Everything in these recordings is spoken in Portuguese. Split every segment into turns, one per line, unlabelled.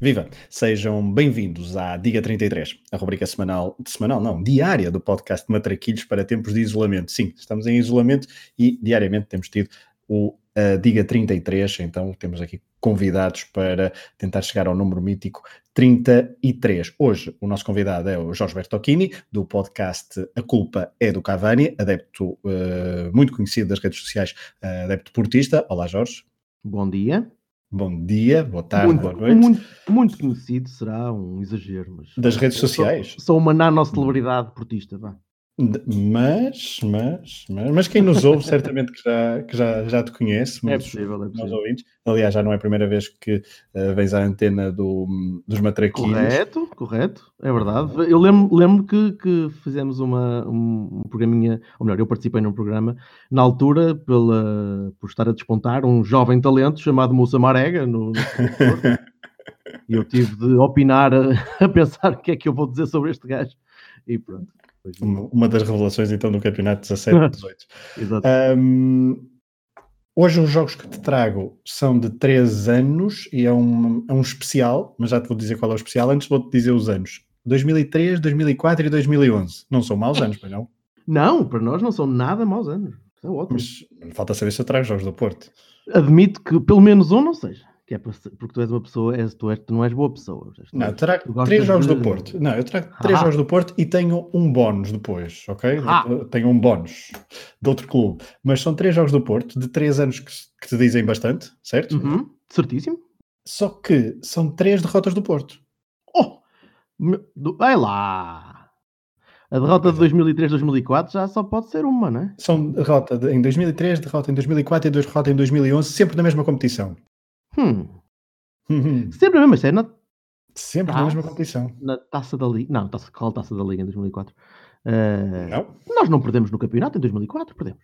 Viva! Sejam bem-vindos à Diga 33, a rubrica semanal, semanal não, diária do podcast Matraquilhos para tempos de isolamento. Sim, estamos em isolamento e diariamente temos tido o a Diga 33, então temos aqui convidados para tentar chegar ao número mítico 33. Hoje o nosso convidado é o Jorge Bertocchini, do podcast A Culpa é do Cavani, adepto uh, muito conhecido das redes sociais, uh, adepto portista. Olá Jorge.
Bom dia.
Bom dia, boa tarde,
muito,
boa noite.
Muito, muito conhecido será um exagero, mas...
Das redes
Eu
sociais?
Sou, sou uma nano-celebridade portista, vá.
De- Mas, mas, mas, mas quem nos ouve certamente que já, que já, já te conhece,
É
muitos
possível, é
nós
possível.
ouvintes. Aliás, já não é a primeira vez que eh, vens à antena do, dos matraquinhos.
Correto, correto, é verdade. Eu lembro, lembro que, que fizemos uma, um, um programinha, ou melhor, eu participei num programa, na altura, pela, por estar a despontar, um jovem talento chamado Moussa Marega, no, no Corredor. e eu tive de opinar, a, a pensar o que é que eu vou dizer sobre este gajo. E pronto. Pois,
Uma uma das revelações então do campeonato 17-18.
exato.
Ahm, hoje os jogos que te trago são de 3 anos e é um, é um especial, mas já te vou dizer qual é o especial. Antes vou-te dizer os anos. 2003, 2004 e 2011. Não são maus anos, pois não?
Não, para nós não são nada maus anos. É ótimo.
Mas falta saber se eu trago jogos do Porto.
Admito que pelo menos um não seja. Que é para se- porque tu és uma pessoa, és, tu, és, tu não és boa pessoa. Tu és-
Não, eu
Tu
trago
gostas
três jogos
de-
do Porto. Não, eu trago três
Ah.
jogos do Porto e tenho um bónus depois, ok?
Ah.
Eu Tenho um bónus de outro clube. Mas são três jogos do Porto, de três anos que, que te dizem bastante, certo?
Uhum, certíssimo.
Só que são três derrotas do Porto.
Oh! me- do- Vai lá! A derrota
é.
de 2003-2004 já só pode ser uma, não é?
São derrota de- em 2003, derrota em 2004 e derrota em 2011, sempre na mesma competição. Uhum.
Hum, sempre a mesma série na,
sempre
Ah.
na mesma competição.
na taça da Liga. Não, taça, qual taça da Liga em 2004? Eh,
Não,
nós não perdemos no campeonato em 2004, perdemos.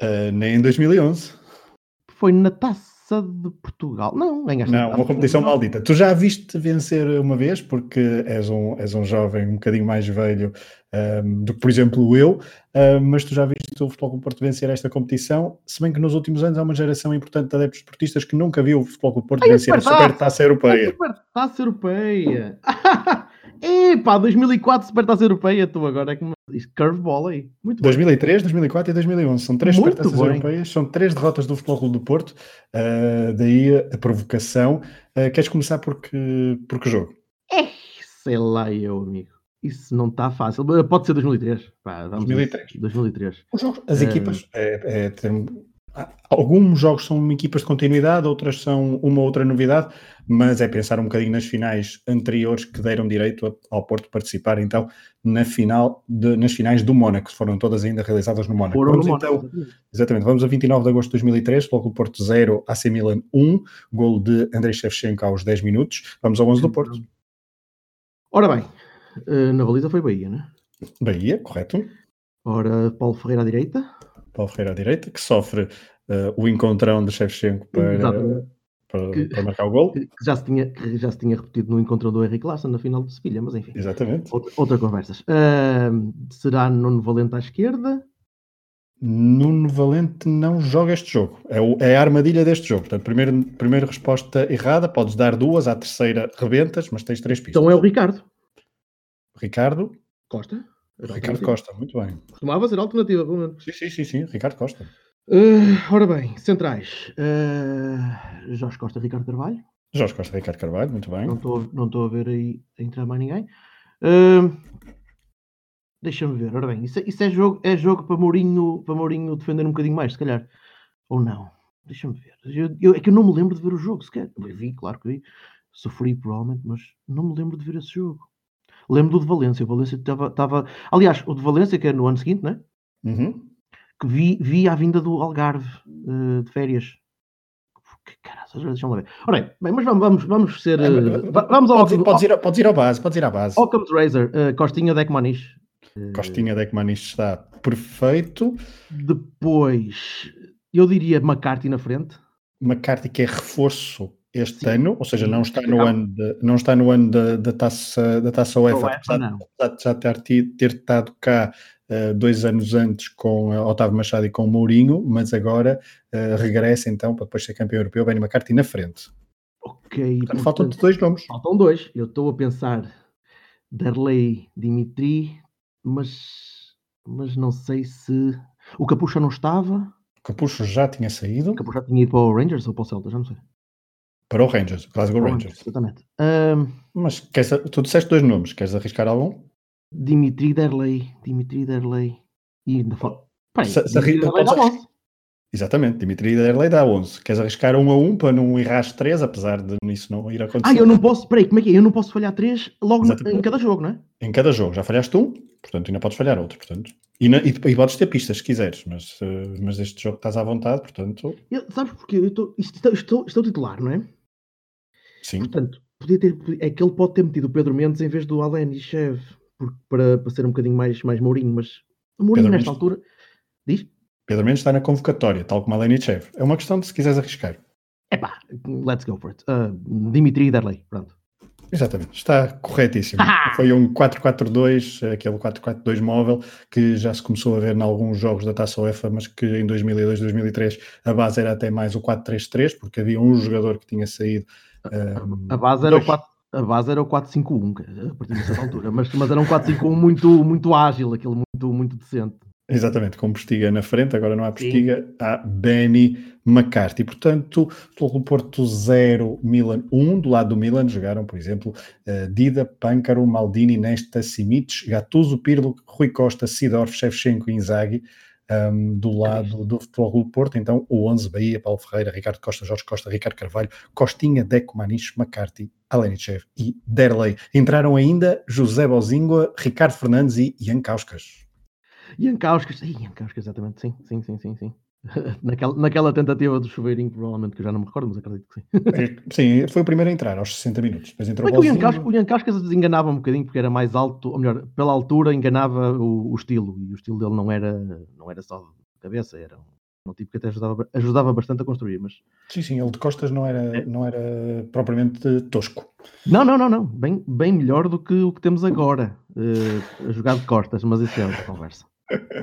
Ah, nem em 2011.
Foi na taça de Portugal. Não, ganhaste na
Não,
Taça
uma
de
competição
Portugal.
maldita. Tu já a viste vencer uma vez, porque és um, és um jovem um bocadinho mais velho ahm, do que, por exemplo, eu, ahm, mas tu já viste o Futebol Clube do Porto vencer esta competição, se bem que nos últimos anos há uma geração importante de adeptos esportistas que nunca viu o Futebol Clube do Porto
Ai, é
vencer a
Supertaça!
Supertaça
A
Europeia.
Supertaça Europeia. Epá, 2004 Supertaça Europeia. Tu agora é que me... Isto curveball aí. Muito bem.
2003, 2004 e 2011. São três
Muito
supertaças
bem.
europeias, são três derrotas do Futebol Clube do Porto, ah, daí a provocação. Ah, queres começar por que, por que jogo?
Sei lá eu, amigo. Isso não está fácil. Mas Pode ser 2003. Pá, vamos a isso.
2003.
2003.
Os jogos, as
Eh,
equipas, é- é, tem- há- alguns jogos são equipas de continuidade, outras são uma outra novidade, mas é pensar um bocadinho nas finais anteriores que deram direito a- ao Porto participar, então, na final de- nas finais do Mónaco, que foram todas ainda realizadas no Mónaco.
Foram
Vamos
no
então-
Mónaco, exatamente.
exatamente, vamos a 29 de agosto de 2003, logo o Porto 0, AC Milan 1, golo de Andrei Shevchenko aos 10 minutos, vamos ao 11 do Porto.
Então. Ora bem, eh, na baliza foi Bahia, né?
Bahia, correto?
Ora, Paulo Ferreira à direita.
Paulo Ferreira à direita, que sofre eh, o encontrão de Shevchenko para,
Exatamente.
para-
Que-
para marcar o golo.
Que que já, se tinha, que já se tinha repetido no encontro do Henrique Larson na final de Sevilha, mas enfim.
Exatamente.
Outra, outra conversas. Ah, será Nuno Valente à esquerda.
Nuno Valente não joga este jogo. É, o- é a armadilha deste jogo. Portanto, primeiro, primeira resposta errada, podes dar duas, à terceira rebentas, mas tens três pistas.
Então é o Ricardo.
Ricardo,
Costa.
Ricardo Costa, muito bem.
Costumava ser alternativa, pelo menos.
Sim, sim, sim, sim, Ricardo Costa.
Ah, ora bem, centrais. Ah, Jorge Costa, Ricardo Carvalho.
Jorge Costa, Ricardo Carvalho, muito bem.
Não estou não estou a ver aí a entrar mais ninguém. Ah, Deixa-me ver, ora bem, isso, é- isso é jogo, é jogo para Mourinho, para Mourinho defender um bocadinho mais, se calhar. Ou não. Deixa-me ver. Eu- eu- é que eu não me lembro de ver o jogo, sequer. Eu Vi, claro que vi. Sofri provavelmente, mas não me lembro de ver esse jogo. Lembro do de Valência. O Valência estava. estava- Aliás, o de Valência, que é no ano seguinte, né?
Uhum.
que vi, vi à vinda do Algarve eh, de férias. Que caraças, deixa-me lá ver. Ora bem, bem, mas vamos, vamos, vamos ser. eh, va- vamos ao
Podes, ir-
ao-
podes ir, ao- podes ir à base, podes ir à base.
ao Occam's Razor, eh, Costinha Eh, Decmanish.
Costinha Decmanis está perfeito.
Depois, eu diria McCarthy na frente.
McCarthy que é reforço este
Sim.
ano, ou seja, não está no
Acaba-
ano, de- não está no ano da, da taça, da taça
Ou
UEFA,
é,
apesar de
não.
apesar de já ter, tido- ter estado cá eh, dois anos antes com eh, Otávio Machado e com Mourinho, mas agora eh, regressa então para depois ser campeão europeu, Benny McCarthy na frente.
Ok.
Portanto, Faltam-te dois nomes.
Faltam dois. Eu estou a pensar Darley Dimitri, mas, mas não sei se. O Capucha não estava.
Capucho já tinha saído
O Capucha tinha ido para o Rangers ou para o Celta, já não sei.
para o Rangers, Glasgow
Para o
Rangers.
Exatamente. Ahm,
Mas queres, tu disseste dois nomes, queres arriscar algum?
Dimitri Derlei. Dimitri Derlei. E ainda falta. Peraí.
Se- se
Dimitri
arrisca-
Derlei dá
podes
onze.
Exatamente, Dimitri Derlei dá 11. Queres arriscar um a um para não errares três, apesar de isso não ir acontecer?
Ah, eu não posso. Peraí, como é que é? Eu não posso falhar três logo no-
Exatamente.
em cada jogo, não é?
Em cada jogo já falhaste um, portanto ainda podes falhar outro. Portanto. E, na- e, e podes ter pistas se quiseres, mas, eh, mas este jogo estás à vontade, portanto,
Eu- sabes porquê? Eu estou, isto- estou, estou, estou titular, não é?
sim.
Portanto, podia ter, é que ele pode ter metido o Pedro Mendes em vez do Alen e Chev, porque- para, para ser um bocadinho mais, mais Mourinho, mas o Mourinho
Pedro
nesta
Mendes-
altura diz:
Pedro Mendes está na convocatória, tal como a Lenichev. É uma questão de se quiseres arriscar.
epá, let's go for it. Ah, Dimitri Derlei, pronto.
Exatamente, está corretíssimo. Foi um 4-4-2, aquele 4-4-2 móvel que já se começou a ver em alguns jogos da Taça UEFA, mas que em 2002, 2003 a base era até mais o 4-3-3, porque havia um jogador que tinha saído. ehm,
A base era o
dois.
4. A base era o 4-5-1, que- a partir dessa altura, mas, mas era um 4-5-1 muito, muito ágil, aquele muito, muito decente.
Exatamente, com Postiga na frente, agora não há Postiga, há Benny McCarthy. Portanto, pelo Porto 0, Milan 1, do lado do Milan jogaram, por exemplo, eh, Dida, Pâncaro, Maldini, Nesta, Simic, Gattuso, Pirlo, Rui Costa, Sidorf, Shevchenko e Inzaghi. Ahm, do lado do Futebol Clube do Porto, então o 11 Bahia, Paulo Ferreira, Ricardo Costa, Jorge Costa, Ricardo Carvalho, Costinha, Deco Maniche, McCarthy, Alenichev e Derley. Entraram ainda José Bozingua, Ricardo Fernandes e Ian Causcas.
Ian Kauskas, Ih, Ian Kauskas, exatamente, sim, sim, sim, sim, sim. Naquela, naquela tentativa do chuveirinho, provavelmente, que eu já não me recordo, mas acredito que sim.
Sim, foi o primeiro a entrar aos 60 minutos. Depois entrou
Como é que o Ian,
Bozinho.
Cascas, o Ian Cascas desenganava um bocadinho porque era mais alto, ou melhor, pela altura enganava o, o estilo, e o estilo dele não era, não era só de cabeça, era um, um tipo que até ajudava, ajudava bastante a construir, mas
Sim, sim, ele de costas não era, não era propriamente tosco.
não, não, não, não, bem, bem melhor do que o que temos agora, eh, a jogar de costas, mas isso é outra conversa.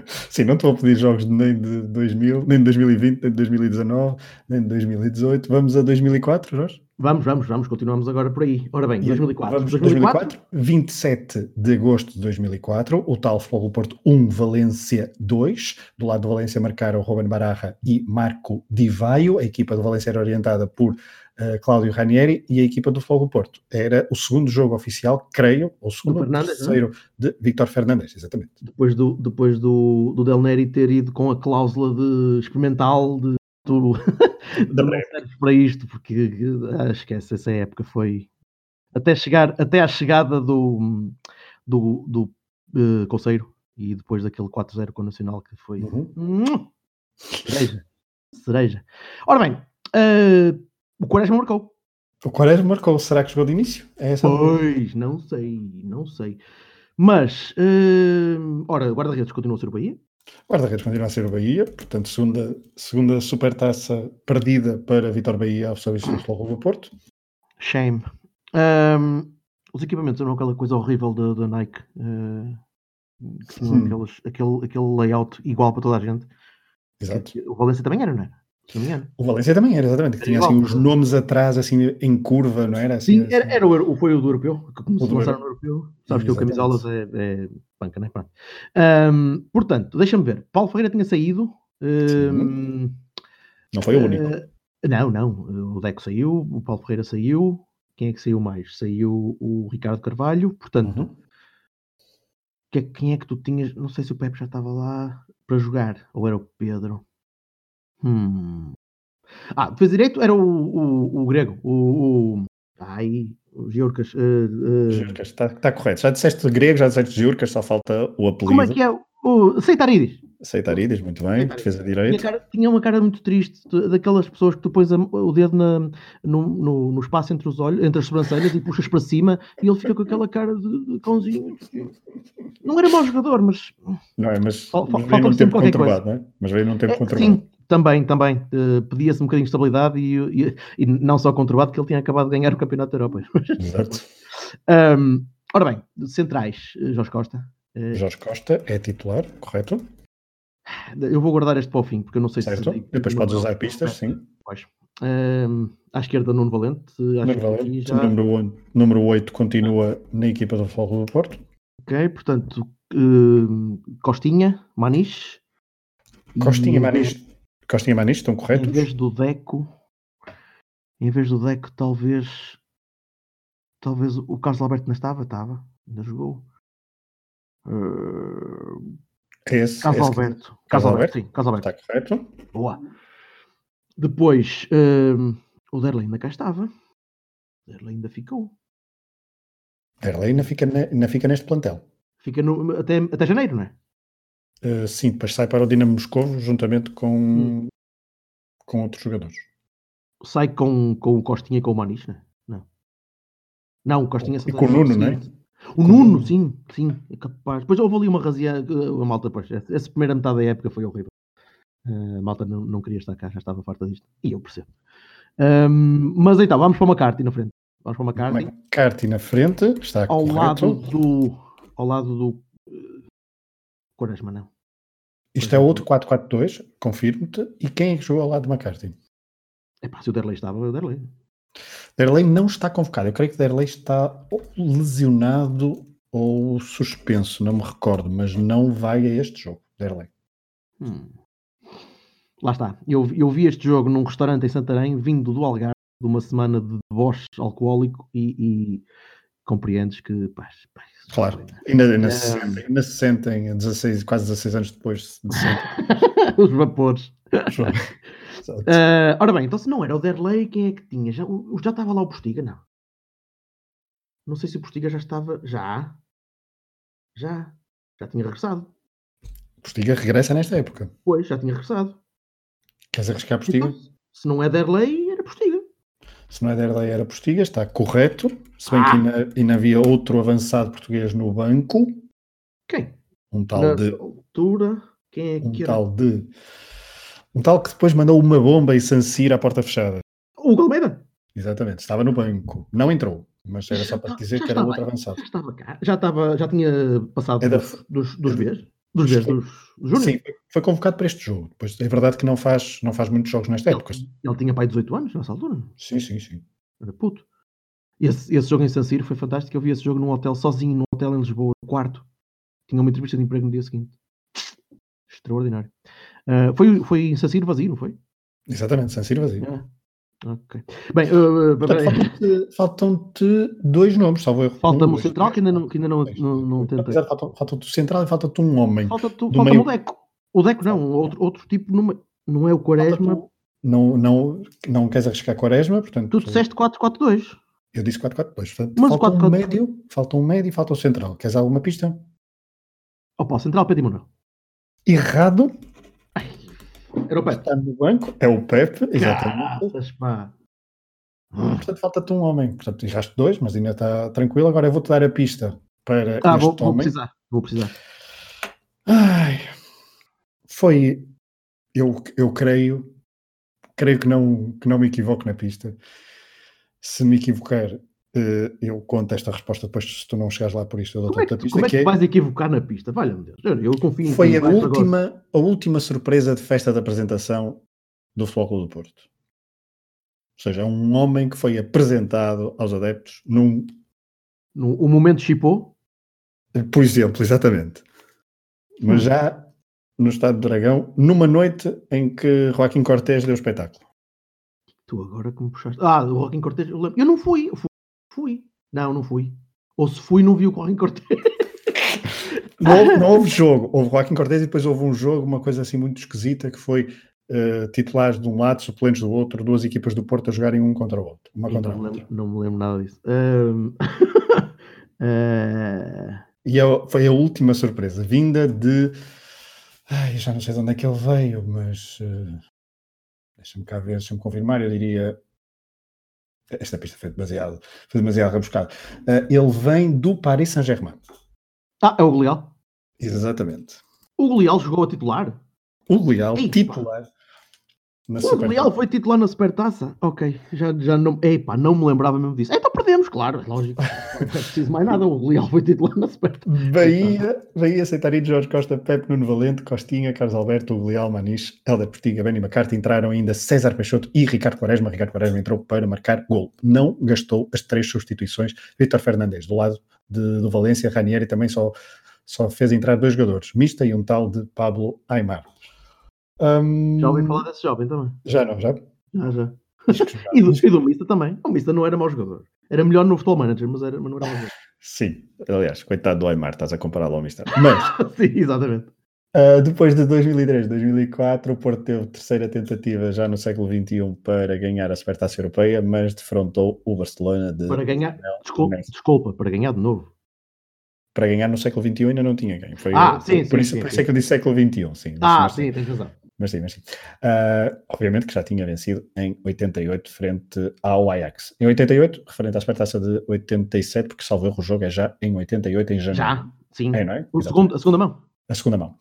Sim, não estou a pedir jogos nem de 2000, nem de 2020, nem de 2019, nem de 2018. Vamos a 2004, Jorge?
Vamos, vamos, vamos, continuamos agora por aí. Ora bem, 2004.
Vamos a 2004. 27 de agosto de 2004, o tal Futebol do Porto 1, Valência 2. Do lado do Valência marcaram Ruben Bararra e Marco Divaio. A equipa do Valência era orientada por eh, Cláudio Ranieri e a equipa do Futebol do Porto. Era o segundo jogo oficial, creio, ou o segundo ou
Fernandes,
terceiro de Vítor Fernandes, exatamente.
depois do, depois do, do Del Neri ter ido com a cláusula de experimental de tu
Da
não serves para isto, porque ah, esquece, essa época foi até, chegar, até à chegada do, do, do eh, Conceiro e depois daquele 4-0 com o Nacional que foi
Uhum.
Mua! cereja. cereja. Ora bem, eh, o Quaresma marcou.
O Quaresma marcou, será que jogou de início? É essa a dúvida.
Pois, não sei, não sei. Mas, eh, ora, o guarda-redes continua a ser o Bahia.
Guarda-redes continua a ser o Bahia, portanto, segunda, segunda supertaça perdida para Vítor Bahia ao serviço do Futebol Clube do Porto.
Shame. Ahm, os equipamentos eram aquela coisa horrível da, da Nike. eh, que tinham
Sim.
aqueles- aquele, aquele layout igual para toda a gente.
Exato.
O Valência também era, não era? Se não me engano.
O Valência também era, exatamente, que
Era
tinha
igual,
assim uns
mas-
nomes atrás, assim em curva, não era? Assim,
Sim, era,
assim.
era o, euro- foi o do europeu, que
O do
começou a lançar no europeu. Sabes que o
Exatamente.
camisolas é, é banca, não é? Pronto. Ahm, portanto, deixa-me ver. Paulo Ferreira tinha saído. ahm,
Não foi o único.
eh, não, não. O Deco saiu, o Paulo Ferreira saiu. Quem é que saiu mais? Saiu o Ricardo Carvalho. Portanto,
Uhum.
que é- quem é que tu tinhas? Não sei se o Pepe já estava lá para jogar, ou era o Pedro. Hum. Ah, depois direito era o, o, o grego, o, o. Ai, o Georgas. eh, eh,
Jurcas, está está correto. Já disseste grego, já disseste Jurcas, só falta o apelido.
como é que é? O Seitarides.
Seitarides, muito bem,
Seitarides.
defesa de
Tinha,
direito.
cara- tinha uma cara muito triste, de- daquelas pessoas que tu pões a- o dedo na- no, no- no espaço entre os olhos, entre as sobrancelhas e puxas para cima e ele fica com aquela cara de, de cãozinho. Não era mau jogador, mas
Não é, mas,
Fal-
mas veio
falta-me
num tempo
sempre qualquer
conturbado, não é? Mas veio num tempo
É,
conturbado.
Sim, também, também. Eh, Pedia-se um bocadinho de estabilidade e, e- e não só conturbado, que ele tinha acabado de ganhar o Campeonato da Europa.
Exato.
Ahm, ora bem, centrais, eh, Jorge Costa. Eh,
Jorge Costa é titular, correto?
Eu vou guardar este para o fim, porque eu não sei
Certo.
se.
Depois podes usar pistas, sim.
Pois. Ahm, à esquerda, Nuno Valente. Acho
Número,
que aqui
valente,
já.
número, um- número 8 continua na equipa do Futebol Clube do Porto.
Ok, portanto, ahm, Costinha, Maniche.
Costinha e Manis, Costinha e Manis estão
Hum. Em
corretos?
vez do Deco, em vez do Deco, talvez. Talvez o Carlos Alberto não estava? Estava, ainda jogou. Ah,
É esse,
Carlos
esse
Alberto.
Carlos
Carlos
Alberto?
Alberto, sim, Carlos
que
Alberto.
está correto.
Boa. Depois, ahm, o Derlei ainda cá estava. O Derlei ainda ficou.
Derlei ainda fica, ne- ainda fica neste plantel.
Fica no- até, até janeiro, não é?
Uh, sim, depois sai para o Dinamo Moscovo juntamente com, com outros jogadores.
Sai com, com o Costinha e com o Manis, não é? Não. Não, o Costinha
E com o Nuno, não é?
O
o
Nuno,
Nuno.
sim, sim, é capaz. Depois houve ali uma razia, eh, a malta, pois, essa essa primeira metade da época foi horrível. Eh, a malta não, não queria estar cá, já estava farta disto. E eu percebo. Ahm, mas então, vamos para o McCarthy na frente. Vamos para o McCarthy.
McCarthy na frente, está
ao
correto.
lado do. Ao lado do. eh, Quaresma, não.
Isto é outro 4-4-2, confirmo-te. E quem é que jogou ao lado de McCarthy?
É pá, se o Derlei estava, o Derlei.
Derlei não está convocado. Eu creio que Derlei está ou lesionado ou suspenso, não me recordo, mas não vai a este jogo, Derlei.
Hum. Lá está. Eu, eu vi este jogo num restaurante em Santarém, vindo do Algarve, de uma semana de deboche alcoólico e, e compreendes que. Pá, pá, isso
Claro.
foi, né?
Ainda, ainda, se,
Eh,
sentem, ainda se sentem 16, quase 16 anos depois de sempre.
Os vapores.
Exato.
Ah, ora bem, então se não era o Derlei, quem é que tinha? Já, o- já estava lá o Postiga, não? Não sei se o Postiga já estava. Já? Já? Já tinha regressado.
Postiga regressa nesta época.
Pois, já tinha regressado.
Queres arriscar Postiga?
Então, se não é Derlei, era Postiga.
Se não é Derlei era Postiga, está correto. Se bem que ainda,
Ah.
ainda havia outro avançado português no banco,
Quem?
um tal
Na
de
altura, quem é
um
que era?
tal de um tal que depois mandou uma bomba e sancira à porta fechada.
Hugo Almeida?
Exatamente, estava no banco, não entrou, mas era só para
Já-
te dizer
já
que era
estava.
outro avançado.
Já estava cá. Já, estava, já tinha passado
É da-
dos, dos, dos
é da-
Bs? Dos Bs,
Sim.
dos, dos Júnior?
Sim, foi convocado para este jogo. Pois é verdade que não faz, não faz muitos jogos nesta época.
Ele, ele tinha pai de 18 anos nessa altura.
Sim, sim, sim.
Era puto. Esse, esse jogo em San Siro foi fantástico. Eu vi esse jogo num hotel, sozinho, num hotel em Lisboa, no quarto. Tinha uma entrevista de emprego no dia seguinte. Extraordinário. Ah, foi, foi em San Siro vazio, não foi?
Exatamente, San Siro vazio.
Ok. Bem, ah,
Portanto,
peraí.
faltam-te, faltam-te dois nomes, salvo erro.
falta-me
Um,
o
dois.
central que ainda não, que ainda não,
Dois.
não, não tentei.
Apesar de falta- Falta-te o central e falta-te um homem.
Falta tu,
Do
falta
meio- um.
o Deco. O Deco não, outro, outro tipo não, não é o
Falta-te
Quaresma.
o- Não, não, não queres arriscar Quaresma, portanto.
Tu disseste 4-4-2.
Eu disse 4-4-2. Portanto,
Mas o
falta, um
4-4-2
médio, falta um médio e falta um central. Queres alguma pista?
Opa, o central Pedro Manuel.
Errado,
Era o Pedro.
está no banco, é o
Ah.
Pepe, exatamente.
Caraças, pá.
Portanto, falta-te um homem. Portanto, erraste dois, mas ainda está tranquilo. Agora eu vou-te dar a pista para
Ah,
este
vou, vou
homem.
precisar. Vou precisar.
Ai, foi. Eu, eu creio, creio que não, que não me equivoco na pista. Se me equivocar, eh, eu conto esta resposta depois. Se tu não chegares lá por isto, eu dou
Como é que,
outra
tu-
pista.
como é que
que é-
vais equivocar na pista? Valha-me Deus. Eu, eu confio em ti,
foi a
vais para agora.
última, a última surpresa de festa de apresentação do Futebol Clube do Porto. Ou seja, é um homem que foi apresentado aos adeptos num.
No, o momento chipou.
Por exemplo, exatamente.
Hum.
Mas já no Estado do Dragão, numa noite em que Joaquim Cortés deu espetáculo.
Tu agora que me puxaste. Ah, o Joaquim Cortez. Eu, lembro. eu não fui. Eu fui. fui. Não, não fui. Ou se fui, não vi o Joaquim Cortez.
Não, houve- não houve jogo. Houve Joaquim Cortés e depois houve um jogo, uma coisa assim muito esquisita, que foi eh, titulares de um lado, suplentes do outro, duas equipas do Porto a jogarem um contra o outro. Uma contra a
Não me
outra.
lembro, não me lembro nada disso. Ahm, ah,
E eu- foi a última surpresa, vinda de. Ai, eu já não sei de onde é que ele veio, mas. eh, Deixa-me cá ver, deixa-me confirmar. Eu diria. Esta pista foi demasiado, foi demasiado rebuscada. Eh, ele vem do Paris Saint-Germain.
Ah, é o Gleal.
Exatamente.
O Gleal jogou a titular.
O Leal,
Ei, pá.
titular. Na
O Real foi titular na Supertaça? Ok, já, já não. Epá, não me lembrava mesmo disso. Então perdemos, claro, é lógico. Não é preciso mais nada. O Leal foi titular na Supertaça.
Bahia, Bahia, Seitarinho, Jorge Costa, Pepe, Nuno Valente, Costinha, Carlos Alberto, Hugo Leal, Maniche, Helder Portiga, Benny McCarthy, entraram ainda César Peixoto e Ricardo Quaresma. Ricardo Quaresma entrou para marcar gol. Não gastou as três substituições. Vítor Fernandes, do lado de- do Valência, Ranieri também só, só fez entrar dois jogadores, Mista e um tal de Pablo Aimar. Hum,
Já ouvi falar desse jovem também.
Já não, já?
Já, já. E do, e do Mista também. O Mista não era mau jogador. Era melhor no futebol manager, mas, era, mas não era mau jogador.
Sim, aliás, coitado do Aimar, estás a compará-lo ao Mista. Mas,
Sim, exatamente.
Uh, depois de 2003, 2004, o Porto teve terceira tentativa já no século XXI para ganhar a Supertaça Europeia, mas defrontou o Barcelona de-
Para ganhar.
Não,
Desculpa,
não. é
desculpa para ganhar de novo.
para ganhar no século XXI ainda não tinha ganho. Foi-
Ah, sim,
por,
sim,
isso,
sim,
por isso
sim.
é que eu disse século XXI, sim.
Ah,
mas,
sim, tens razão.
Mas sim, mas sim. Uh, obviamente que já tinha vencido em 88 frente ao Ajax. Em 88, referente à Supertaça de 87, porque salvo erro o jogo é já em 88, em janeiro.
Já, sim.
É, não é?
O
Exatamente.
segundo, a segunda mão.
a segunda mão.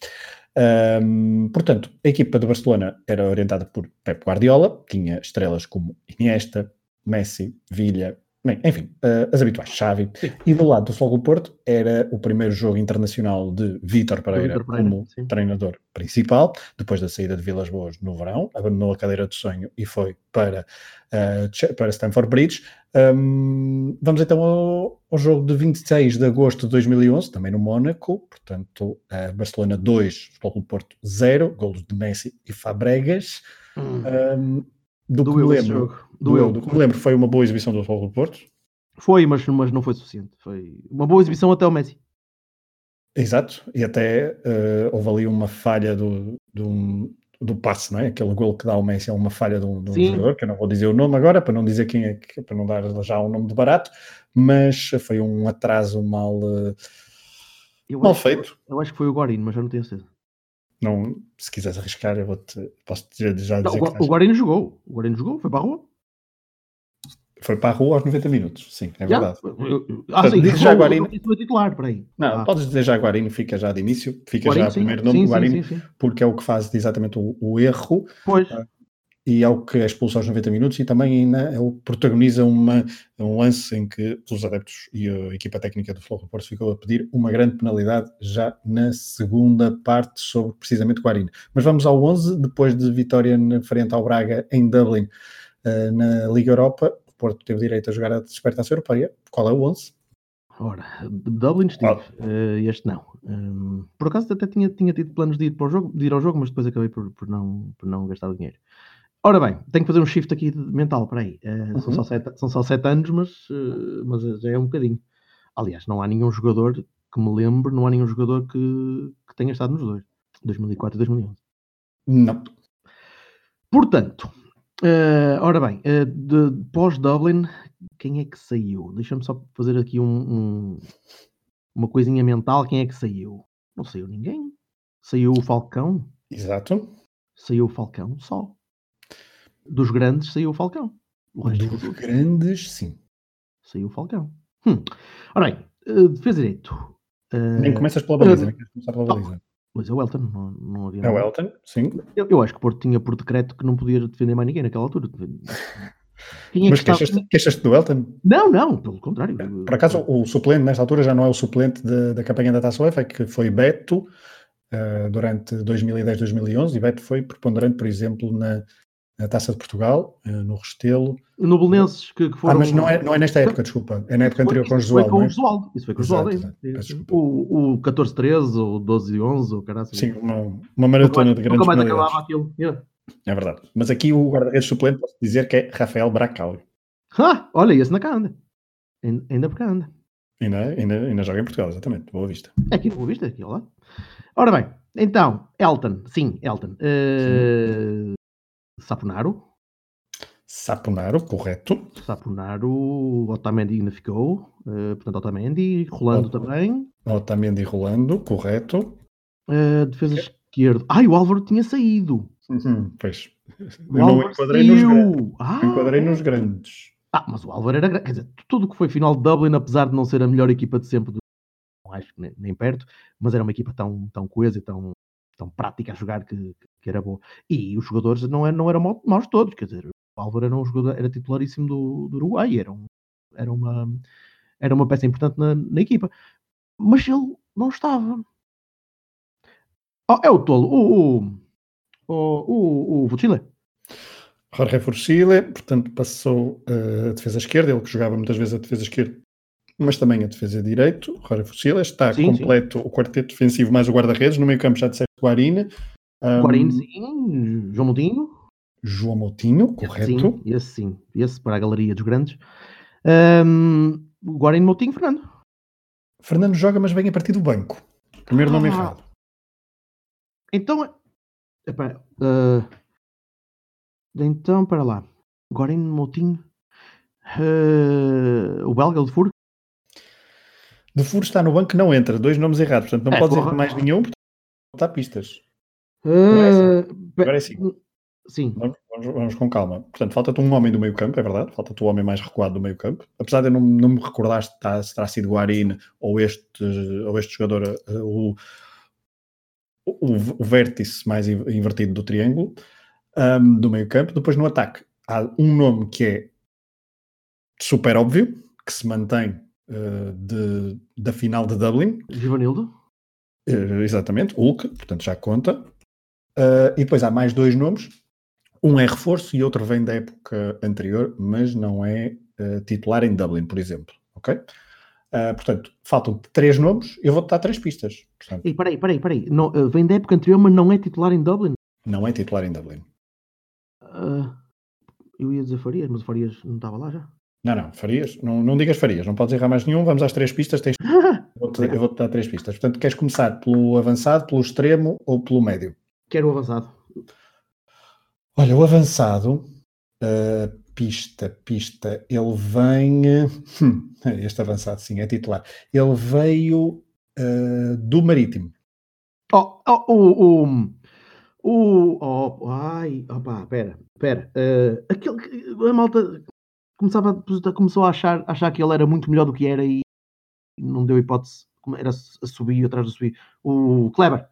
Ahm, portanto, a equipa do Barcelona era orientada por Pep Guardiola, tinha estrelas como Iniesta, Messi, Villa, bem, enfim, ah, as habituais, Xavi.
Sim.
E do lado do Fogo do Porto era o primeiro jogo internacional de Vítor Pereira,
Vítor Pereira,
como
sim.
treinador principal, depois da saída de Vilas Boas no verão, abandonou a cadeira de sonho e foi para, ah, Che- para Stamford Bridge. Ahm, vamos então ao, ao jogo de 26 de agosto de 2011, também no Mónaco, portanto, ah, Barcelona 2, Futebol do Porto 0, golos de Messi e Fabregas.
Hum,
Ahm, Ah, do que
doeu
me
esse
lembro,
jogo.
doeu,
Doeu.
do que me lembro, foi uma boa exibição do Futebol do Porto.
Foi, mas, mas não foi suficiente. Foi uma boa exibição até o Messi.
Exato, e até eh, houve ali uma falha do, de um- do passe, não é? Aquele gol que dá o Messi é uma falha de um, de um
Sim.
jogador, que eu não vou dizer o nome agora, para não dizer quem é, que- para não dar já o nome de barato, mas foi um atraso mal, eh,
Eu
mal
acho que-
feito.
eu acho que foi o Guarino, mas já não tenho certeza.
Não, se quiseres arriscar, eu vou-te, posso-te já dizer
Não, o,
que tá
Gua-
estás-
o Guarino jogou. O Guarino jogou, foi um. para a rua.
foi para a rua aos 90 minutos, sim, é
Já?
verdade.
Eu- eu- Ah, sim,
Diz já
jogou,
Guarino.
mas não foi é titular, peraí.
Não,
Ah,
podes dizer já Guarino, fica já de início, fica já
Guarino,
o
sim.
primeiro nome
sim,
do Guarino,
Sim, sim, sim.
porque é o que faz exatamente o- o erro.
Pois,
e é o que é expulso aos 90 minutos e também ainda é o que protagoniza uma, um lance em que os adeptos e a equipa técnica do Flóculo Porto ficou a pedir uma grande penalidade já na segunda parte sobre precisamente o Guarino. Mas vamos ao 11, depois de vitória na frente ao Braga em Dublin eh, na Liga Europa, o Porto teve direito a jogar a Despertação Europeia. Qual é o 11?
ora, Dublin
Ah.
Steve, eh, este não. Hum, por acaso até tinha, tinha tido planos de ir, para o jogo, de ir ao jogo, mas depois acabei por, por, não, por não gastar o dinheiro. Ora bem, tenho que fazer um shift aqui de- mental, peraí. Eh, são, só
Uhum.
sete, são só sete anos, mas, eh, mas já é um bocadinho. Aliás, não há nenhum jogador que me lembre, não há nenhum jogador que, que tenha estado nos dois, 2004 e 2011.
Não.
Portanto, eh, ora bem, eh, de- pós-Dublin, quem é que saiu? Deixa-me só fazer aqui um- um- uma coisinha mental. Quem é que saiu? Não saiu ninguém. Saiu o Falcão.
Exato.
Saiu o Falcão só. Dos grandes saiu o Falcão. O resto foi
Dos
tudo.
grandes, sim.
Saiu o Falcão. Hum. Ora bem, eh, defesa direito.
Nem
Eh,
começas pela baliza, nem queres começar pela
Não.
baliza.
Pois é, o Elton. Não, não havia
É o
mais.
Elton, sim.
Eu, eu acho que o Porto tinha por decreto que não podia defender mais ninguém naquela altura. Quem é
Mas
que estava...
queixas-te queixas-te do Elton?
Não, não, pelo contrário.
É, Por acaso, o suplente nesta altura já não é o suplente de- da campanha da Taça UEFA, é que foi Beto eh, durante 2010-2011, e Beto foi preponderante, por exemplo, na, na Taça de Portugal, eh, no Restelo.
No Belenenses que, que
Ah,
foram.
mas não é, não é nesta época, desculpa. É na época anterior com o
Isso um foi um
Josual,
com
não
o
é?
Josualdo. Isso foi com o
Exato,
Josualdo.
exato. Peço desculpa.
O, o 14-13, ou 12-11, ou caralho.
Sim, uma, uma maratona de grandes
Nunca mais
penalidades.
acabava aquilo. Yeah.
É verdade. Mas aqui o guarda-redes suplente posso dizer que é Rafael Bracali.
Ah, olha, esse na cá anda. Ainda, ainda por cá anda.
Ainda, ainda, ainda joga em Portugal, exatamente. Boa vista.
É aqui no Boa Vista, aqui ao lado. Ora bem, então, Elton. Sim, Elton. Eh, Saponaro.
Saponaro, correto.
Saponaro, Otamendi ainda ficou. Eh, portanto, Otamendi, Rolando
Otamendi.
também.
Otamendi rolando, correto.
Eh, defesa esquerda. Ai, o Álvaro tinha saído.
Uhum, pois.
O
Eu não
Álvaro
enquadrei nos
saiu.
grandes.
Ah,
Enquadrei nos grandes.
ah, mas o Álvaro era grande. Quer dizer, tudo o que foi final de Dublin, apesar de não ser a melhor equipa de sempre, do- não acho que nem, nem perto, mas era uma equipa tão, tão coesa e tão, tão prática a jogar que, que era boa. E os jogadores não, eram, não eram mau- maus todos, quer dizer, o Álvaro era um jogador, era titularíssimo do, do Uruguai, era, um- era, uma, era uma peça importante na, na equipa. Mas ele não estava. Oh, é o tolo, o, o, o, o, o Fuchile.
Jorge Forcile, portanto, passou eh, a defesa esquerda, ele que jogava muitas vezes a defesa esquerda, mas também a defesa direito. Jorge Forcile está
Sim, sim.
completo o quarteto defensivo mais o guarda-redes. No meio-campo já disseste Guarina. Ahm,
Guarino, sim, João Moutinho.
João Moutinho, correto.
Sim, esse sim, esse para a galeria dos grandes. Ahm, o Guarino Moutinho, Fernando.
Fernando joga, mas vem a partir do banco. Primeiro nome
Ah.
errado.
Então, epá, ah, então para lá, Guarino Moutinho, ah, o belga de Furo,
De Furo está no banco, não entra. Dois nomes errados, portanto, não
É,
pode dizer
porra.
mais nenhum, portanto, está pistas.
Ah, pe-
Agora é sim.
sim,
Vamos, vamos- vamos com calma. Portanto, falta-te um homem do meio campo, é verdade. Falta-te o homem mais recuado do meio campo. Apesar de eu não, não me recordar se, tá- se terá sido o Guarine ou este, ou este jogador, eh, o, o, o vértice mais in- invertido do triângulo ahm, do meio campo. Depois, no ataque, há um nome que é super óbvio, que se mantém eh, de- da final de Dublin,
Givanildo,
eh, exatamente, Hulk, portanto já conta. Ah, e depois há mais dois nomes. Um é reforço e outro vem da época anterior, mas não é eh, titular em Dublin, por exemplo. Ok? Ah, portanto, faltam três nomes. Eu vou-te dar três pistas. Portanto,
e peraí, peraí, peraí, não, ah, vem da época anterior, mas não é titular em Dublin.
não é titular em Dublin.
Ah, eu ia dizer Farias, mas o Farias não estava lá já.
Não, não, Farias. Não, não digas Farias, não podes errar mais nenhum. Vamos às três pistas. Tens... Eu vou-te eu vou-te dar três pistas. Portanto, queres começar pelo avançado, pelo extremo ou pelo médio?
Quero o avançado.
Olha, o avançado, eh, pista, pista, ele vem. eh, hum, este avançado, sim, é titular. Ele veio eh, do Marítimo.
Oh, oh, o. O. o oh, ai, opá, pera, pera. eh, aquele, que- a malta começava, a- começou a achar, achar que ele era muito melhor do que era e não deu hipótese. Como Era a subir atrás do subir. O Kleber.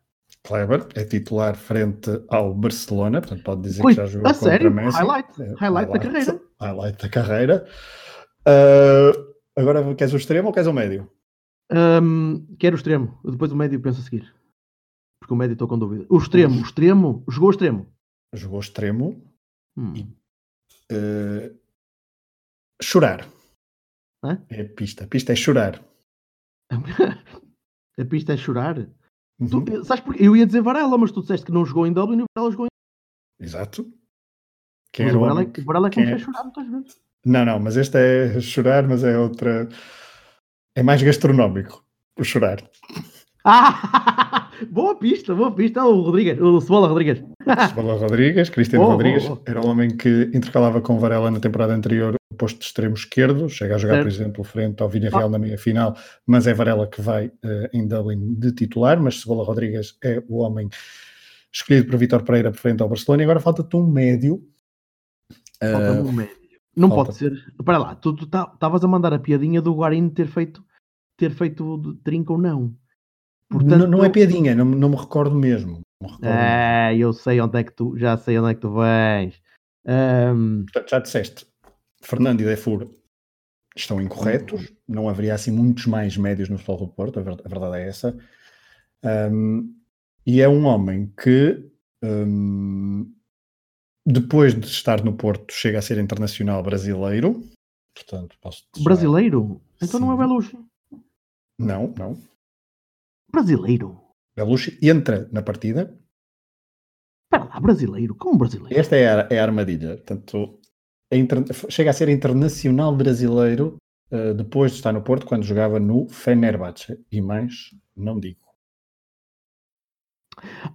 Kleber é titular frente ao Barcelona, portanto, pode dizer
Pois,
é que já jogou
a
contra
sério?
Messi.
Highlight.
Eh,
Highlight da carreira.
Highlight da carreira. Eh, agora, queres o extremo ou queres o médio?
Ahm, Hum, quero o extremo. Depois o médio penso a seguir. Porque o médio estou com dúvida. O extremo, o extremo. Jogou o extremo.
Jogou extremo.
Hum,
E- eh, chorar.
Hã?
É pista. Pista é chorar.
A pista é chorar.
Uhum,
Tu, eh, sabes porquê? Eu ia dizer Varela, mas tu disseste que não jogou em Dublin e o Varela jogou em.
Exato. Quem
Mas
era
o
o
Varela,
homem
é- o Varela é que me
quem é?
fez chorar muitas vezes.
Não, não, mas esta é chorar, mas é outra. É mais gastronómico o chorar.
Ah! Boa pista, boa pista. É O Rodrigues, o Cebola Rodrigues.
Cebola Rodrigues, Cristiano
Oh, oh,
Rodrigues,
oh.
era o homem que intercalava com Varela na temporada anterior o posto de extremo esquerdo. Chega a jogar, por
Certo. Ah.
exemplo, frente ao Villarreal na meia final, mas é Varela que vai eh, em Dublin de titular. Mas Cebola Rodrigues é o homem escolhido por Vitor Pereira frente ao Barcelona. E agora falta-te um médio. Eh,
Falta-me um médio. Não
É, falta.
pode ser. Para lá, tu tá, estavas a mandar a piadinha do Guarino ter feito ter feito o de trinca ou não.
Portanto, não, não é
Portanto-
piadinha, não, não me recordo mesmo. Não me recordo mesmo.
É, eu sei onde é que tu, já sei onde é que tu vens. Ahm,
Portanto, já disseste, Fernando e Defur estão incorretos, não haveria assim muitos mais médios no Futebol do Porto, a ver- a verdade é essa. Ahm, e é um homem que, ahm, depois de estar no Porto, chega a ser internacional brasileiro. Portanto, posso já-
brasileiro? Então não é
é. Sim.
Belushi.
Não, não.
Brasileiro.
Belushi entra na partida.
Para lá, brasileiro. Como brasileiro?
Esta é a, é a armadilha. Portanto, é interna- chega a ser internacional brasileiro eh, depois de estar no Porto, quando jogava no Fenerbahçe. E mais, não digo.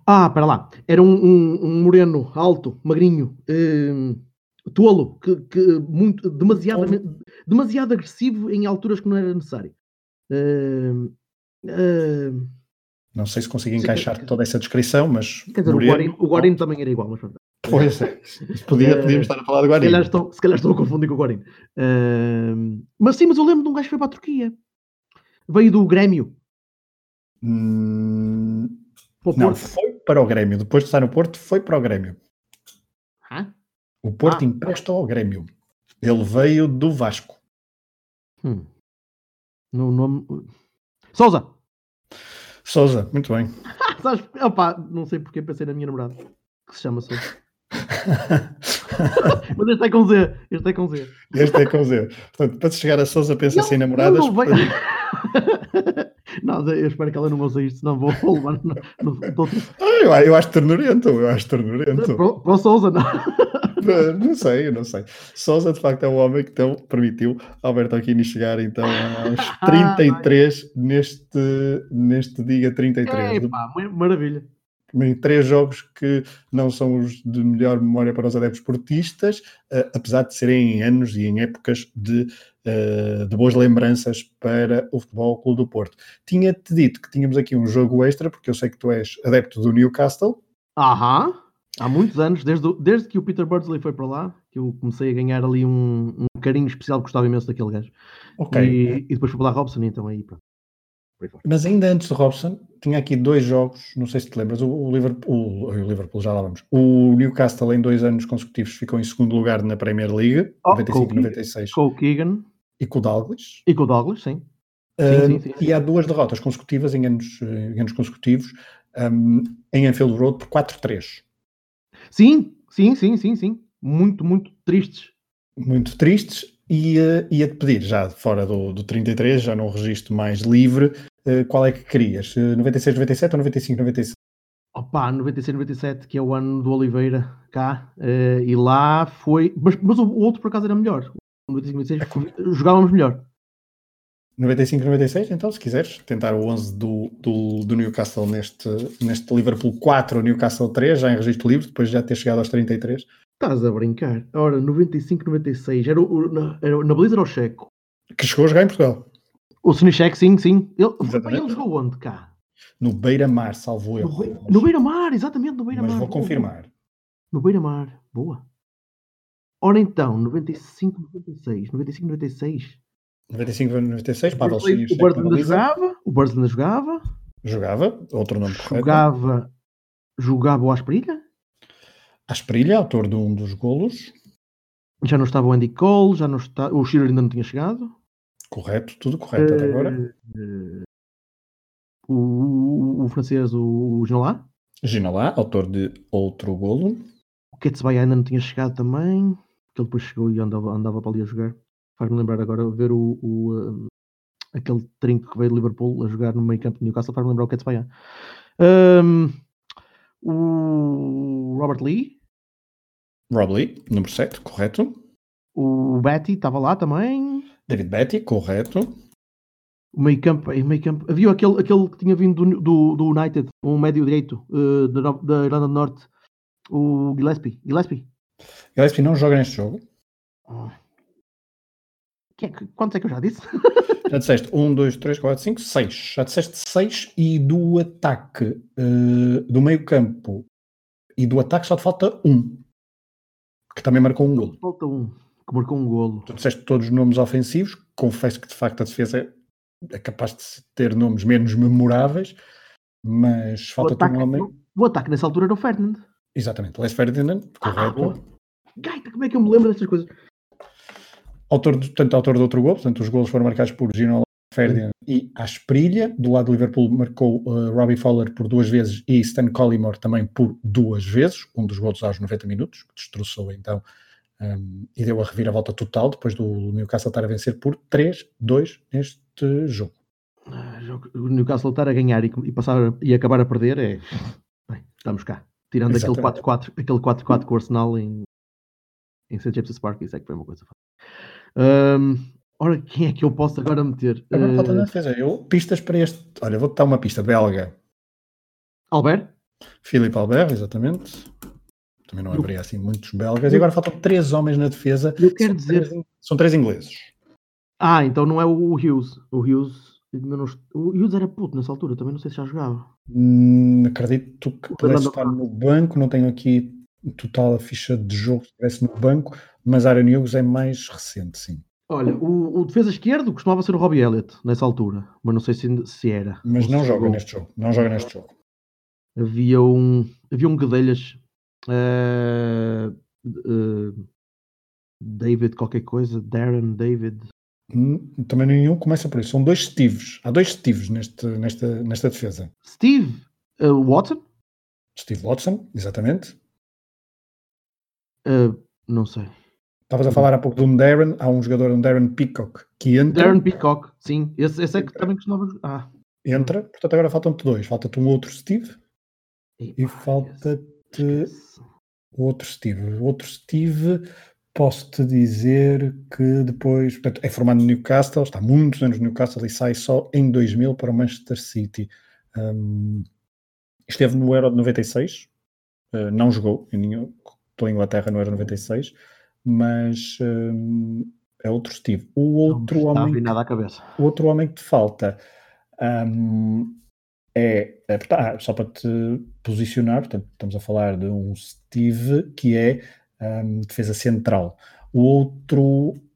Ah, para lá. Era um, um- um moreno alto, magrinho, hum, tolo, que, que muito, demasiadamente, demasiado agressivo em alturas que não era necessário. Hum, hum,
Não sei se consigo
Sim, quer-
encaixar
quer-
toda essa descrição, mas.
quer dizer, o
Moreno-
Guarino, o Guarino também era igual, mas pronto.
Pois é. Podia,
Eh,
podíamos estar a falar do
Se calhar
Guarino.
estou, se calhar estou a confundir com o Guarino. Hum, mas sim, mas eu lembro de um gajo que foi para a Turquia. Veio do Grêmio.
Hum,
Para o
Não,
Porto.
foi para o Grêmio. Depois de estar no Porto, foi para o Grêmio.
Hã?
O Porto
Ah.
empresta ao Grêmio. Ele veio do Vasco.
Hum. No nome. Souza!
Souza, muito bem.
Ah, sabes, opá, não sei porque pensei na minha namorada. Que se chama Souza. Mas este é com Z. Este é com Z.
este é com Z. Portanto, para se chegar a Souza, pensa-se em
Não,
namoradas.
eu não vejo-
portanto,
Não, eu espero que ela não ouça isto, senão vou vou levar no, no, no,
ah, eu, eu acho ternurento, eu acho ternurento.
pro, pro Souza, não.
Eh, Não sei, eu não sei. Sousa, de facto, é o homem que então, permitiu Alberto Aquino chegar então aos 33 neste, neste dia 33.
Epá, mu- maravilha.
Em três jogos que não são os de melhor memória para os adeptos portistas, eh, apesar de serem em anos e em épocas de, eh, de boas lembranças para o Futebol Clube do Porto. Tinha-te dito que tínhamos aqui um jogo extra, porque eu sei que tu és adepto do Newcastle,
Aham. Há muitos anos, desde, o- desde que o Peter Birdsley foi para lá, que eu comecei a ganhar ali um, um carinho especial, gostava imenso daquele gajo.
Ok.
E, e depois foi para lá Robson, e então aí pronto. Por aí fora.
Mas ainda antes do Robson, tinha aqui dois jogos, não sei se te lembras, o, o Liverpool, o, o Liverpool, já lá vamos. O Newcastle em dois anos consecutivos ficou em segundo lugar na Premier League,
Oh,
95,
com o
96,
Com o Keegan
e com o Dalglish.
e com o Douglas, sim.
Um,
sim, sim, sim.
E há duas derrotas consecutivas em anos, em anos consecutivos, um, em Anfield Road por 4-3.
Sim, sim, sim, sim, sim. Muito, muito tristes.
muito tristes e eh, ia-te pedir, já fora do, do 33, já num registro mais livre, eh, qual é que querias? Eh, 96, 97 ou 95, 96?
Opa, 96, 97, que é o ano do Oliveira cá, eh, e lá foi. Mas, mas o, o outro por acaso era melhor. O 95,
É
96 jogávamos melhor.
95, 96, então, se quiseres, tentar o 11 do, do, do Newcastle neste, neste Liverpool 4 ou Newcastle 3, já em registro livre, depois de já ter chegado aos 33.
Estás a brincar. Ora, 95, 96, era, o, o- na, era o- na Beleza era o Checo.
Que chegou a jogar em Portugal,
O Sunichek, sim, sim. Ele,
Exatamente.
ele jogou onde cá?
no Beira-Mar, salvo eu.
No, Be- no Beira-Mar, exatamente, no Beira-Mar.
Mas vou
Boa,
confirmar.
No Beira-Mar, boa. Ora então, 95, 96, 95, 96.
95, 96, Pavel
o
Sinistro
Birds ainda jogava, o Birds ainda jogava,
jogava, outro nome correto.
jogava, jogava o Asperilha.
Asperilha, autor de um dos golos.
Já não estava o Andy Cole, já não está... o Shearer ainda não tinha chegado.
Correto, tudo correto até
Eh,
agora.
eh, o, o- o francês, o, o Ginolá.
Ginalá, autor de outro golo.
O Ketsubai ainda não tinha chegado também, porque ele depois chegou e andava, andava para ali a jogar. Faz-me lembrar agora ver o, o, um, aquele trinco que veio de Liverpool a jogar no meio campo de Newcastle, faz-me lembrar o Ketsubai. Um, o Robert Lee,
Rob Lee, número 7, correto.
o Betty estava lá também.
David Betty, correto.
O meio campo, em meio campo. Havia aquele, aquele que tinha vindo do, do, do United, um médio direito eh, da, Nova- da Irlanda do Norte, o Gillespie. Gillespie. Oh.
Gillespie não joga neste jogo.
Que é que- quantos é que eu já disse?
Já disseste 1, 2, 3, 4, 5, 6. Já disseste 6 e do ataque eh, do meio campo e do ataque só te falta 1. Que também marcou um golo.
Falta um, que marcou um golo.
Tu disseste todos os nomes ofensivos. Confesso que de facto a defesa é capaz de ter nomes menos memoráveis. Mas falta-te um homem.
o ataque nessa altura era o Ferdinand.
Exatamente. Les Ferdinand,
Ah,
correto.
boa. Gaita, como é que eu me lembro destas coisas?
autor de, portanto, autor de outro gol, portanto, os golos foram marcados por Gino
Uhum.
Ferdinand e Asprilha. Do lado do Liverpool marcou eh, Robbie Fowler por duas vezes e Stan Collymore também por duas vezes, um dos golos aos 90 minutos, que destroçou então ehm, e deu a reviravolta total depois do Newcastle estar a vencer por 3-2 neste jogo.
Ah, jogo- O Newcastle estar a ganhar e, e passar, e acabar a perder é. Bem, estamos cá. Tirando aquele
Exatamente.
4-4 aquele 4-4 com o Arsenal em, em St. James's Park, isso é que foi uma coisa fácil. Ahm, ora, quem é que eu posso agora meter?
Agora É falta na
Ah,
defesa. Eu, pistas para este. Olha, vou-te dar uma pista belga.
Albert?
Philippe Albert, exatamente. Também não haveria assim muitos belgas. E agora faltam três homens na defesa.
Uhum. Eu quero
São
dizer-
três in- são três ingleses.
Ah, então não é o Hughes. O Hughes. ainda não- o Hughes era puto nessa altura, também não sei se já jogava.
Hum, acredito que
O
pudesse
Fernando
estar no banco, não tenho aqui total a ficha de jogo se estivesse no banco, mas Aaron Hughes é mais recente, sim.
Olha, o, o defesa esquerdo costumava ser o Robbie Elliott nessa altura, mas não sei se, ainda- se era.
Mas
Ou
não
se
joga
jogou.
neste jogo, não joga neste jogo.
havia um, havia um Guedelhas eh, eh, David qualquer coisa, Darren David.
Hum, Também nenhum começa por isso. São dois Steves. Há dois Steves neste, nesta, nesta defesa.
Steve eh, Watson?
Steve Watson, exatamente.
Eh, não sei.
Estavas a falar há pouco de um Darren. Há um jogador, um Darren Peacock, que entra.
Darren Peacock, sim. Esse, esse é que também costumava jogar. Ah,
entra. Portanto, agora faltam-te dois. Falta-te um outro Steve e falta-te
Esquece.
o outro Steve. O outro Steve, posso-te dizer que depois. Portanto, é formado no Newcastle, está há muitos anos no Newcastle e sai só em 2000 para o Manchester City. Hum, esteve no Euro de 96, eh, não jogou em nenhum. Pela Inglaterra no Euro 96, mas. hum, é outro Steve. O
Não
outro
me está a
homem
vir nada à cabeça.
o outro homem que te falta hum, é, é- porta- ah, só para te posicionar, portanto, estamos a falar de um Steve que é hum, defesa central. O outro,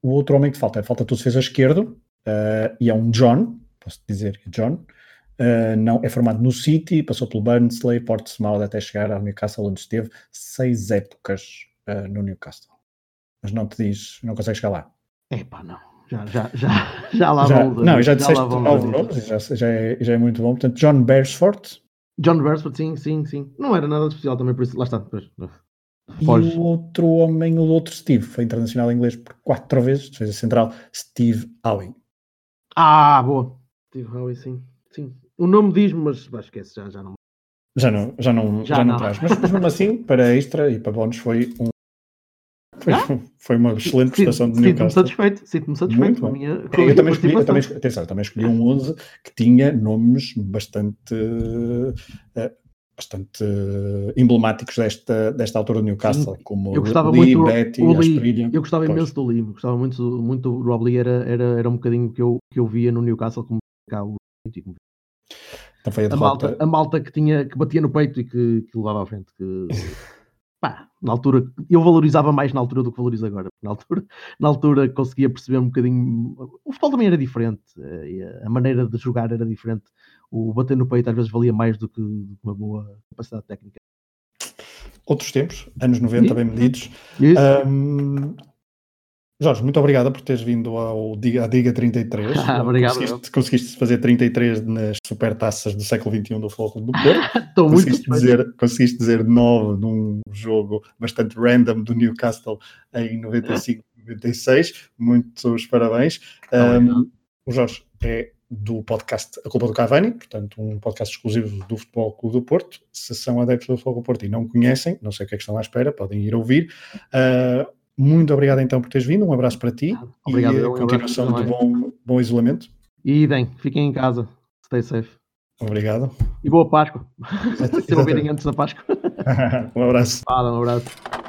o outro homem que te falta, falta tu defesa esquerdo ah, e é um John, posso dizer que é John. Ah, não, é formado no City, passou pelo Burnsley, Portsmouth até chegar ao Newcastle, onde esteve seis épocas ah, no Newcastle. Mas não te diz, não consegues chegar lá.
Epá, não. Já, já, já, já lá
Já-
vão. os
não,
amigos,
já
lá
disseste
vão os
nove
amigos.
nomes, já, já, é, já é muito bom. Portanto, John Beresford
John Beresford, sim, sim, sim. Não era nada de especial também, por isso. Lá está. Pois.
e
Foge.
o outro homem, o outro Steve, foi internacional inglês por quatro vezes, defesa central, Steve Allen.
Ah, boa. Steve Howe, sim. sim. O nome diz-me, mas pá, esquece, já, já não.
Já não, já não, já
Já
não.
não.
traz. Mas, mas mesmo assim, para extra e para bónus, foi um.
Ah?
Foi, um, foi uma excelente
Sinto-
prestação de
Sinto-me
Newcastle.
satisfeito, sinto-me
Muito
satisfeito com a
bem.
minha. com a
Eu
minha
também, escolhi, eu
participação.
também, escolhi- atenção, eu também escolhi um 11 que tinha nomes bastante, eh, bastante emblemáticos desta, desta altura do Newcastle, como
Eu gostava
Lee,
muito do-
Betty,
o Lee.
Asprilla.
Eu gostava
Pois.
imenso do Limo, gostava muito, muito do Rob Lee, era, era, era um bocadinho que eu, que eu via no Newcastle como cá o tipo, como
Então foi a
a
derrota.
malta, a malta que, tinha, que batia no peito e que, que levava à frente. Que, pá, na altura, eu valorizava mais na altura do que valorizo agora. Na altura, na altura conseguia perceber um bocadinho. O futebol também era diferente, eh, e a- a maneira de jogar era diferente. O bater no peito às vezes valia mais do que uma boa capacidade técnica.
Outros tempos, anos 90
Sim.
bem medidos.
é Isso.
Ah, Ahm, Jorge, muito obrigado por teres vindo ao Diga, à Diga 33.
Ah, obrigado,
Conseguiste, conseguiste fazer 33 nas supertaças do século XXI do Futebol Clube do Porto.
Estou muito
conseguiste,
satisfeito.
dizer, conseguiste dizer 9 num jogo bastante random do Newcastle em 95, 96. Muitos parabéns.
Obrigado.
Um, o Jorge é do podcast A Culpa do Cavani, portanto, um podcast exclusivo do Futebol Clube do Porto. Se são adeptos do Futebol Clube do Porto e não conhecem, não sei o que é que estão à espera, podem ir ouvir. Uh, muito obrigado então por teres vindo, um abraço para ti
Obrigado,
e
eu,
a
um abraço
continuação de
também.
bom, bom isolamento.
E bem, fiquem em casa. Stay safe.
Obrigado.
E boa Páscoa. Se ouvirem antes da Páscoa.
um abraço.
Fala, um abraço.